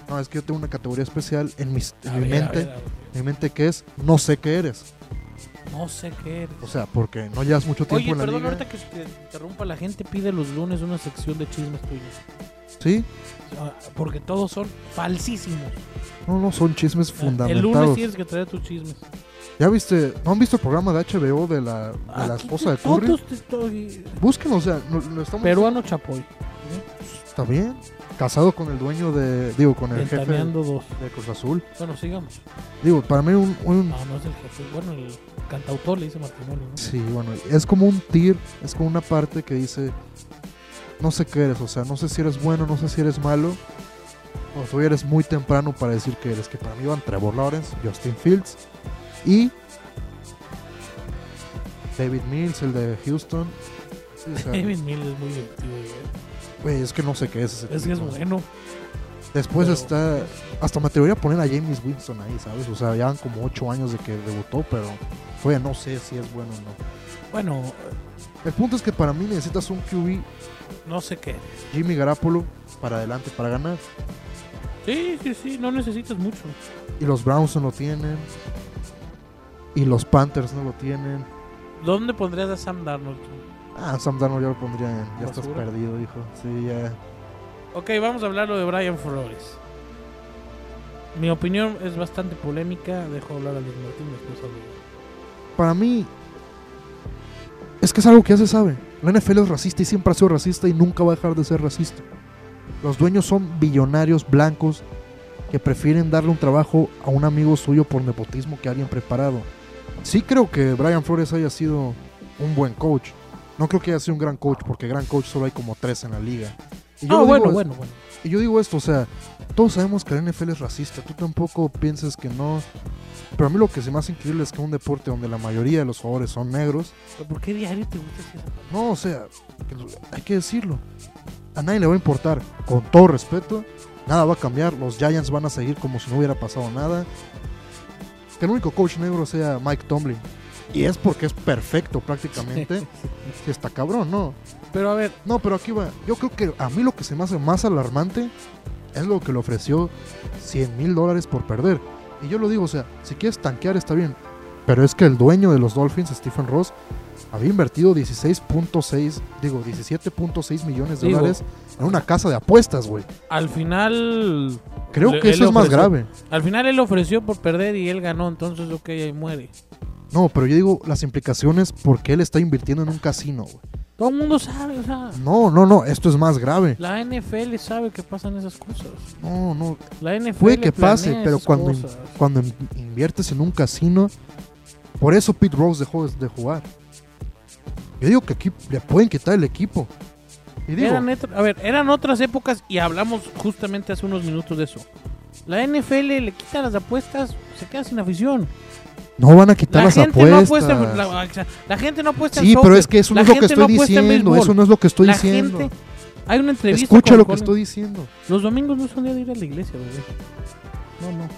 Speaker 1: No, es que yo tengo una categoría especial en, mis, en
Speaker 2: A
Speaker 1: mi
Speaker 2: ver, a
Speaker 1: mente.
Speaker 2: ver, a ver.
Speaker 1: en Mi mente que es no sé qué eres.
Speaker 2: No sé qué eres.
Speaker 1: O sea, porque no llevas mucho tiempo
Speaker 2: Oye,
Speaker 1: en la
Speaker 2: perdón,
Speaker 1: liga.
Speaker 2: ahorita que te interrumpa, la gente pide los lunes una sección de chismes tuyos.
Speaker 1: Sí,
Speaker 2: Ah, Porque todos son falsísimos.
Speaker 1: no, no, son chismes
Speaker 2: Eh, El lunes
Speaker 1: fundamentados.
Speaker 2: tienes que traer tus chismes.
Speaker 1: ¿Ya viste? ¿No han visto el programa de HBO de la, de la
Speaker 2: Aquí
Speaker 1: esposa de
Speaker 2: te-
Speaker 1: Curry?
Speaker 2: Todos te este estoy...
Speaker 1: Búsquenlo, o sea, no- no estamos...
Speaker 2: Peruano Chapoy,
Speaker 1: Está bien. Casado con el dueño de. Digo, con el jefe de
Speaker 2: ventaneando dos.
Speaker 1: Cruz Azul.
Speaker 2: Bueno, sigamos.
Speaker 1: Digo, para mí, un. un-
Speaker 2: No, no es el jefe. Bueno, el cantautor le dice Martinoli, ¿no?
Speaker 1: sí, bueno, es como un tir. Es como una parte que dice. No sé qué eres, o sea, no sé si eres bueno, no sé si eres malo. O tú eres muy temprano para decir que eres. Que para mí van Trevor Lawrence, Justin Fields y. David Mills, el de Houston. Sí, o sea, [LAUGHS]
Speaker 2: David Mills es muy divertido. güey.
Speaker 1: güey, es que no sé qué es ese
Speaker 2: Es que es
Speaker 1: tipo.
Speaker 2: bueno.
Speaker 1: Después
Speaker 2: Pero-
Speaker 1: está. Hasta me atrevería a poner a James Winston ahí, ¿sabes? O sea, ya van como 8 años de que debutó, pero fue, no sé si es bueno o no.
Speaker 2: Bueno,
Speaker 1: El punto es que para mí necesitas un QB,
Speaker 2: no sé qué.
Speaker 1: Jimmy Garapolo, para adelante, para ganar.
Speaker 2: Sí, sí, sí, no necesitas mucho.
Speaker 1: Y los Browns no lo tienen. Y los Panthers no lo tienen.
Speaker 2: ¿Dónde pondrías a Sam Darnold? tú?
Speaker 1: Ah, Sam Darnold ya lo pondría en. Ya estás
Speaker 2: Basura.
Speaker 1: perdido, hijo. Sí, ya.
Speaker 2: Ok, vamos a hablar lo de Brian Flores. Mi opinión es bastante polémica. Dejo hablar a Luis Martín después hablo Ah, yo.
Speaker 1: Para mí. Es que es algo que ya se sabe. La NFL es racista y siempre ha sido racista y nunca va a dejar de ser racista. Los dueños son billonarios blancos que prefieren darle un trabajo a un amigo suyo por nepotismo que a alguien preparado. Sí creo que Brian Flores haya sido un buen coach. No creo que haya sido un gran coach porque gran coach solo hay como tres en la liga. Y yo lo
Speaker 2: Ah,
Speaker 1: digo
Speaker 2: bueno,
Speaker 1: es-
Speaker 2: bueno, bueno.
Speaker 1: Y yo digo esto, o sea, todos sabemos que la NFL es racista, tú tampoco pienses que no. Pero a mí lo que se me hace increíble es que un deporte donde la mayoría de los jugadores son negros,
Speaker 2: ¿Pero ¿Por qué diario te gusta hacer esa palabra?
Speaker 1: no, o sea, que- hay que decirlo. A nadie le va a importar, con todo respeto, nada va a cambiar, los Giants van a seguir como si no hubiera pasado nada. Que el único coach negro sea Mike Tomlin. Y es porque es perfecto prácticamente. Si está cabrón, ¿no?
Speaker 2: Pero a ver,
Speaker 1: No, pero aquí va. Yo creo que a mí lo que se me hace más alarmante es lo que le ofreció 100 mil dólares por perder. Y yo lo digo, o sea, si quieres tanquear está bien. Pero es que el dueño de los Dolphins, Stephen Ross, había invertido 16.6, digo, 17.6 millones de
Speaker 2: Digo.
Speaker 1: dólares en una casa de apuestas, güey.
Speaker 2: al final.
Speaker 1: Creo
Speaker 2: Le-
Speaker 1: que
Speaker 2: él
Speaker 1: eso es más
Speaker 2: ofreció-
Speaker 1: grave.
Speaker 2: Al final él ofreció por perder y él ganó, entonces, ok, ahí muere.
Speaker 1: No, pero yo digo las implicaciones porque él está invirtiendo en un casino, güey.
Speaker 2: Todo el mundo sabe, o sea,
Speaker 1: No, no, no, esto es más grave.
Speaker 2: la NFL sabe que pasan esas cosas.
Speaker 1: No, no,
Speaker 2: La NFL
Speaker 1: Puede que pase,
Speaker 2: planea
Speaker 1: pero
Speaker 2: esas
Speaker 1: cuando,
Speaker 2: cosas.
Speaker 1: cuando in- inviertes en un casino, por eso Pete Rose dejó de jugar. Yo digo que aquí le pueden quitar el equipo. Y digo,
Speaker 2: Eran et- a ver, eran otras épocas y hablamos justamente hace unos minutos de eso. La NFL le quita las apuestas, se queda sin afición.
Speaker 1: no van a quitar
Speaker 2: La
Speaker 1: las
Speaker 2: gente,
Speaker 1: apuestas.
Speaker 2: no apuesta, en- la, o sea, la gente no apuesta en
Speaker 1: sí, pero
Speaker 2: soccer,
Speaker 1: es que eso no
Speaker 2: la
Speaker 1: es lo que
Speaker 2: gente
Speaker 1: estoy
Speaker 2: apuesta en
Speaker 1: diciendo.
Speaker 2: béisbol.
Speaker 1: Eso no es lo que estoy
Speaker 2: la
Speaker 1: diciendo.
Speaker 2: gente. Hay una entrevista.
Speaker 1: Escucha
Speaker 2: con
Speaker 1: lo que
Speaker 2: Colin-
Speaker 1: estoy diciendo.
Speaker 2: Los domingos no son día de ir a la iglesia, bebé.
Speaker 1: No, no.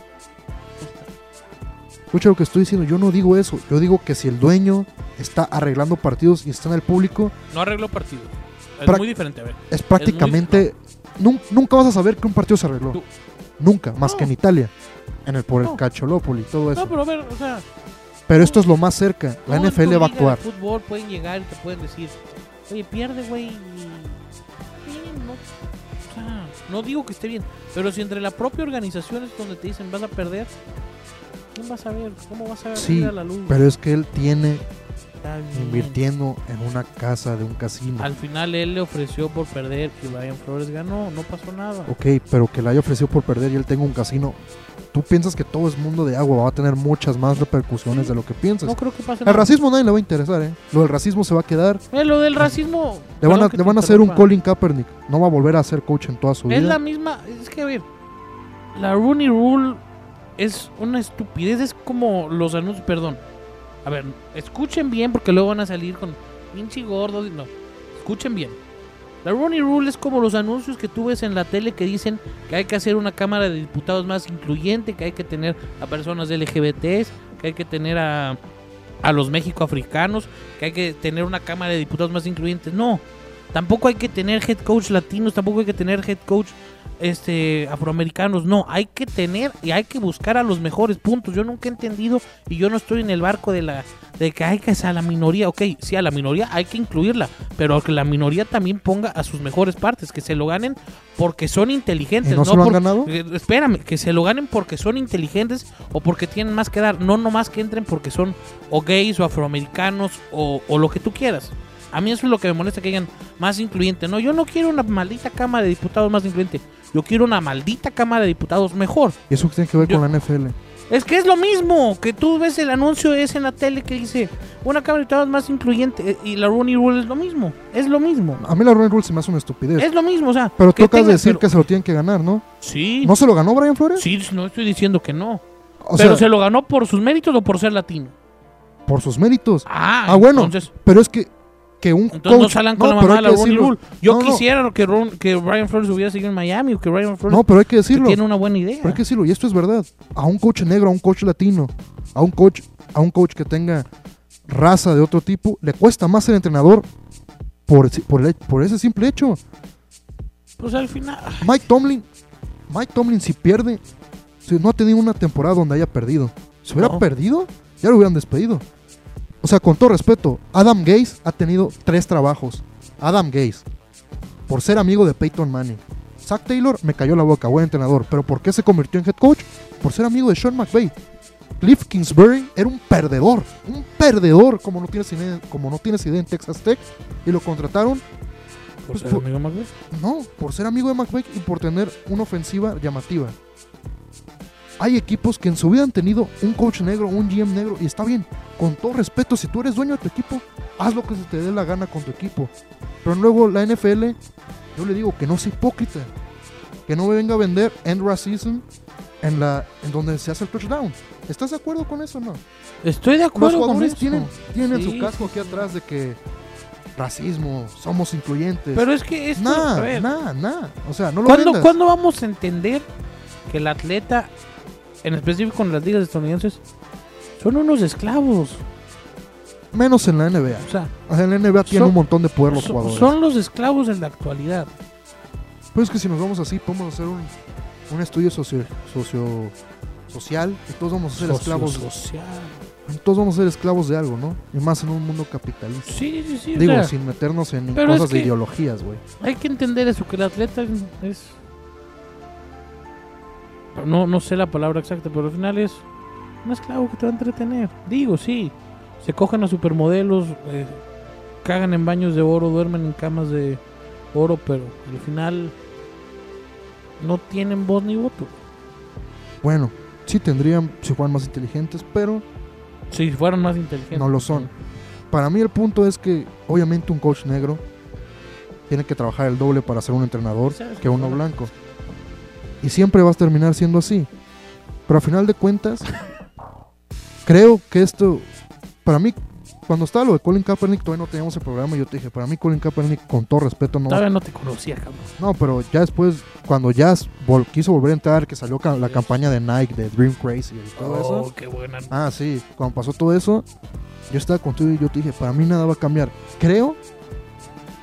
Speaker 1: Escucha lo que estoy diciendo. Yo no digo eso. Yo digo que si el dueño está arreglando partidos y está en el público,
Speaker 2: No arregló partido. Es
Speaker 1: Pra-
Speaker 2: muy diferente, a ver.
Speaker 1: es prácticamente. nun- nunca vas a saber que un partido se arregló.
Speaker 2: Tú-
Speaker 1: Nunca, más
Speaker 2: No.
Speaker 1: que en Italia. En el, por el
Speaker 2: No.
Speaker 1: Cacholópoli y todo eso.
Speaker 2: No,
Speaker 1: pero,
Speaker 2: pero a ver, o sea,
Speaker 1: esto es lo más cerca. La
Speaker 2: tú en tu
Speaker 1: NFL va a
Speaker 2: liga de
Speaker 1: actuar.
Speaker 2: fútbol pueden llegar y te pueden decir, oye, pierde, güey. y- sí, no, o sea, no digo que esté bien, pero si entre la propia organización es donde te dicen vas a perder, ¿quién va a saber? ¿Cómo vas a
Speaker 1: Sí,
Speaker 2: ir a la luz?
Speaker 1: Pero es que él tiene
Speaker 2: Está bien.
Speaker 1: invirtiendo en una casa de un casino.
Speaker 2: Al final él le ofreció por perder y Brian Flores ganó, no pasó nada.
Speaker 1: Ok, pero que le haya ofrecido por perder y él tenga un casino. Tú piensas que todo es mundo de agua. Va a tener muchas más repercusiones de lo que piensas.
Speaker 2: No creo que pase
Speaker 1: El
Speaker 2: nada.
Speaker 1: racismo a nadie le va a interesar, ¿eh? Lo del racismo se va a quedar.
Speaker 2: Eh, lo del racismo.
Speaker 1: Le van a,
Speaker 2: perdón que
Speaker 1: le
Speaker 2: te
Speaker 1: van a hacer un
Speaker 2: interrumpa.
Speaker 1: Colin Kaepernick. No va a volver a ser coach en toda su
Speaker 2: Es la
Speaker 1: vida.
Speaker 2: misma. Es que, a ver, la Rooney Rule es una estupidez. Es como los anuncios. Perdón. A ver, escuchen bien porque luego van a salir con pinche gordo. No, escuchen bien. La Rooney Rule es como los anuncios que tú ves en la tele que dicen que hay que hacer una Cámara de Diputados más incluyente, que hay que tener a personas LGBTs, que hay que tener a, a los mexicoafricanos, que hay que tener una Cámara de Diputados más incluyente. No, tampoco hay que tener head coach latinos, tampoco hay que tener head coach este afroamericanos, no, hay que tener y hay que buscar a los mejores puntos. Yo nunca he entendido y yo no estoy en el barco de la de que hay que hacer a la minoría, ok, sí a la minoría hay que incluirla, pero que la minoría también ponga a sus mejores partes, que se lo ganen porque son inteligentes,
Speaker 1: ¿Y no se lo han
Speaker 2: por-
Speaker 1: ganado?
Speaker 2: eh, Espérame, que se lo ganen porque son inteligentes o porque tienen más que dar, no nomás que entren porque son o gays o afroamericanos o, o lo que tú quieras. A mí eso es lo que me molesta que digan más incluyente. No, yo no quiero una maldita Cámara de Diputados más incluyente. Yo quiero una maldita Cámara de Diputados mejor.
Speaker 1: Y eso que tiene que ver
Speaker 2: Yo-
Speaker 1: con la NFL.
Speaker 2: Es que es lo mismo que tú ves el anuncio ese en la tele que dice una Cámara de Diputados más incluyente eh, y la Rooney Rule es lo mismo. Es lo mismo.
Speaker 1: A mí la Rooney Rule se me hace una estupidez.
Speaker 2: Es lo mismo, o sea.
Speaker 1: Pero
Speaker 2: que
Speaker 1: tocas
Speaker 2: tenga-
Speaker 1: decir
Speaker 2: pero-
Speaker 1: que se lo tienen que ganar, ¿no?
Speaker 2: Sí,
Speaker 1: ¿No se lo ganó Brian Flores?
Speaker 2: sí, no estoy diciendo que no.
Speaker 1: O
Speaker 2: pero
Speaker 1: sea,
Speaker 2: se lo ganó por sus méritos o por ser latino.
Speaker 1: por sus méritos.
Speaker 2: Ah,
Speaker 1: Ah, bueno.
Speaker 2: Entonces,
Speaker 1: Pero es que que un
Speaker 2: Entonces no
Speaker 1: coach-
Speaker 2: salgan con
Speaker 1: no,
Speaker 2: la
Speaker 1: pero
Speaker 2: mamá
Speaker 1: hay
Speaker 2: de la
Speaker 1: que
Speaker 2: Bonnie
Speaker 1: decirlo.
Speaker 2: Rule. Yo
Speaker 1: No, no,
Speaker 2: quisiera que, Ron- que Brian Flores hubiera seguido en Miami o que Brian Flores
Speaker 1: No, pero hay que
Speaker 2: que
Speaker 1: decirlo.
Speaker 2: tiene una buena idea.
Speaker 1: Pero hay que decirlo, y esto es verdad. A un coach negro, a un coach latino, a un coach, a un coach que tenga raza de otro tipo, le cuesta más ser entrenador por, por, el- por ese simple hecho.
Speaker 2: Pues al final.
Speaker 1: Mike Tomlin, Mike Tomlin si pierde, si no ha tenido una temporada donde haya perdido. Si hubiera
Speaker 2: No.
Speaker 1: perdido, ya lo hubieran despedido. O sea, con todo respeto, Adam Gaze ha tenido tres trabajos. Adam Gaze, por ser amigo de Peyton Manning. Zach Taylor me cayó la boca, buen entrenador. Pero ¿por qué se convirtió en head coach? Por ser amigo de Sean McVay. Cliff Kingsbury era un perdedor, un perdedor como no tienes idea, como no tienes idea en Texas Tech y lo contrataron
Speaker 2: Por ser
Speaker 1: Pues,
Speaker 2: amigo de McVay.
Speaker 1: no, por ser amigo de McVay y por tener una ofensiva llamativa. Hay equipos que en su vida han tenido un coach negro, un GM negro, y está bien. Con todo respeto, si tú eres dueño de tu equipo, haz lo que se te dé la gana con tu equipo. Pero luego la NFL, yo le digo que no sea hipócrita. Que no me venga a vender end racism en, la, en donde se hace el touchdown. ¿Estás de acuerdo con eso o no?
Speaker 2: Estoy de
Speaker 1: Los
Speaker 2: acuerdo con
Speaker 1: jugadores
Speaker 2: eso.
Speaker 1: tienen, tienen
Speaker 2: Sí,
Speaker 1: su casco aquí atrás de que racismo, somos incluyentes.
Speaker 2: Pero es que esto. [LAUGHS] a
Speaker 1: Nada,
Speaker 2: ver,
Speaker 1: nada, nada. O sea, no lo
Speaker 2: ¿cuándo,
Speaker 1: vendas.
Speaker 2: cuándo vamos a entender que el atleta, en específico en las ligas estadounidenses, son unos esclavos?
Speaker 1: Menos en la NBA.
Speaker 2: O sea,
Speaker 1: O sea, en la NBA tiene
Speaker 2: Son-
Speaker 1: un montón de poder los
Speaker 2: so-
Speaker 1: jugadores.
Speaker 2: son los esclavos en la actualidad.
Speaker 1: Pero es que si nos vamos así, podemos hacer un, un estudio socio, socio- social y todos vamos a ser esclavos.
Speaker 2: social.
Speaker 1: Todos vamos a ser esclavos de algo, ¿no? Y más en un mundo capitalista.
Speaker 2: Sí, sí, sí. o
Speaker 1: Digo,
Speaker 2: sea,
Speaker 1: sin meternos en
Speaker 2: pero
Speaker 1: cosas
Speaker 2: es
Speaker 1: de
Speaker 2: que-
Speaker 1: ideologías, güey.
Speaker 2: Hay que entender eso, que el atleta es... No, no sé la palabra exacta, pero al final es un esclavo que te va a entretener. Digo, sí. Se cogen a supermodelos, eh, cagan en baños de oro, duermen en camas de oro, pero al final no tienen voz ni voto.
Speaker 1: Bueno, sí tendrían, si fueran más inteligentes, pero
Speaker 2: Si fueran más inteligentes.
Speaker 1: No lo son. para mí el punto es que, obviamente, un coach negro tiene que trabajar el doble para ser un entrenador
Speaker 2: ¿Sabes
Speaker 1: que uno
Speaker 2: cómo?
Speaker 1: blanco. Y siempre vas a terminar siendo así. Pero al final de cuentas, creo que esto, para mí, cuando estaba lo de Colin Kaepernick, todavía no teníamos el programa. y Yo te dije, para mí, Colin Kaepernick, con todo respeto, no.
Speaker 2: Todavía no te conocía, cabrón.
Speaker 1: No, pero ya después, cuando Jazz vol- quiso volver a entrar, que salió ca- la campaña de Nike, de Dream Crazy y todo eso.
Speaker 2: Oh, qué buena.
Speaker 1: Ah, sí, cuando pasó todo eso, yo estaba contigo y yo te dije, para mí nada va a cambiar. Creo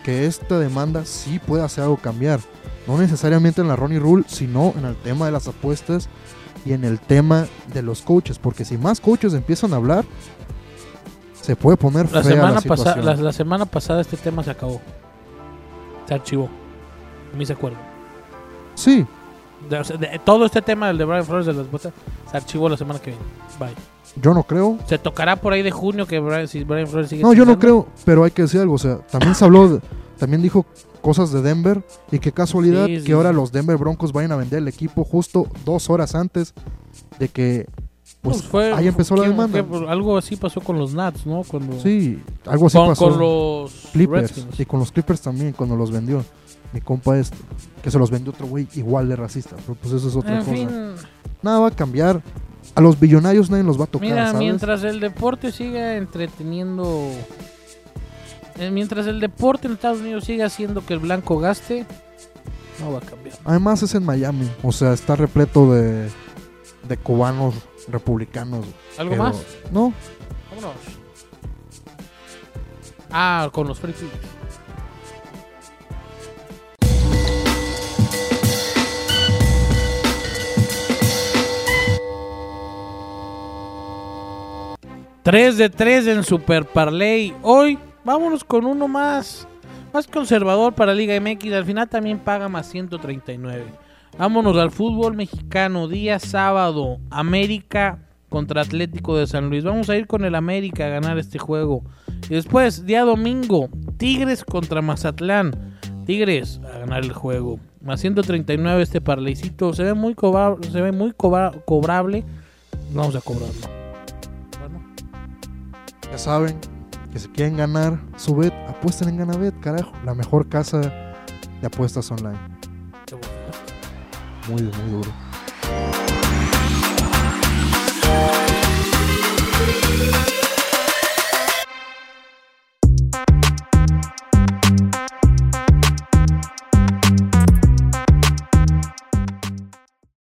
Speaker 1: que esta demanda sí puede hacer algo cambiar. No necesariamente en la Ronnie Rule, sino en el tema de las apuestas y en el tema de los coaches. Porque si más coaches empiezan a hablar, se puede poner
Speaker 2: La
Speaker 1: fea
Speaker 2: semana,
Speaker 1: la
Speaker 2: pasada
Speaker 1: situación.
Speaker 2: la, la semana pasada este tema se acabó. Se archivó. Ni se acuerdo.
Speaker 1: Sí,
Speaker 2: De- o sea, de- todo este tema del de Brian Flores de las botas se archivó la semana que viene. Bye.
Speaker 1: yo no creo.
Speaker 2: Se tocará por ahí de junio que Brian, si Brian Flores sigue.
Speaker 1: No, yo no
Speaker 2: chingando.
Speaker 1: creo, pero hay que decir algo. O sea, también se habló, de- también dijo cosas de Denver. Y qué casualidad
Speaker 2: Sí, sí,
Speaker 1: que ahora
Speaker 2: sí.
Speaker 1: los Denver Broncos vayan a vender el equipo justo dos horas antes de que pues,
Speaker 2: Pues fue-
Speaker 1: ahí empezó la
Speaker 2: fue-
Speaker 1: demanda.
Speaker 2: fue- Pues, algo así pasó con los Nats, ¿no? Cuando,
Speaker 1: sí, algo así
Speaker 2: con,
Speaker 1: pasó.
Speaker 2: con los
Speaker 1: Clippers
Speaker 2: Redskins.
Speaker 1: y con los Clippers también cuando los vendió mi compa este que se los vendió otro güey igual de racista. Pero pues eso es otra
Speaker 2: En
Speaker 1: cosa.
Speaker 2: fin,
Speaker 1: Nada va a cambiar. A los billonarios nadie los va a tocar,
Speaker 2: mira,
Speaker 1: ¿sabes?
Speaker 2: mientras el deporte siga entreteniendo. eh, Mientras el deporte en Estados Unidos siga haciendo que el blanco gaste, no va a cambiar.
Speaker 1: Además es en Miami, o sea, está repleto de, de cubanos republicanos.
Speaker 2: ¿Algo
Speaker 1: Pero-
Speaker 2: más?
Speaker 1: No,
Speaker 2: Vámonos. Ah, con los free picks. Tres de tres en Super Parlay. Hoy vámonos con uno más. Más conservador para Liga MX. Al final también paga más 139. Vámonos al fútbol mexicano. Día sábado. América contra Atlético de San Luis. Vamos a ir con el América a ganar este juego. Y después, día domingo, Tigres contra Mazatlán. Tigres a ganar el juego. Más 139 este parleycito. Se ve muy, cobra- se ve muy cobra- cobrable. Vamos a cobrarlo. Bueno,
Speaker 1: ya saben que si quieren ganar su bet, apuesten en Ganabet, carajo. La mejor casa de apuestas online.
Speaker 2: qué bueno.
Speaker 1: Muy, muy duro.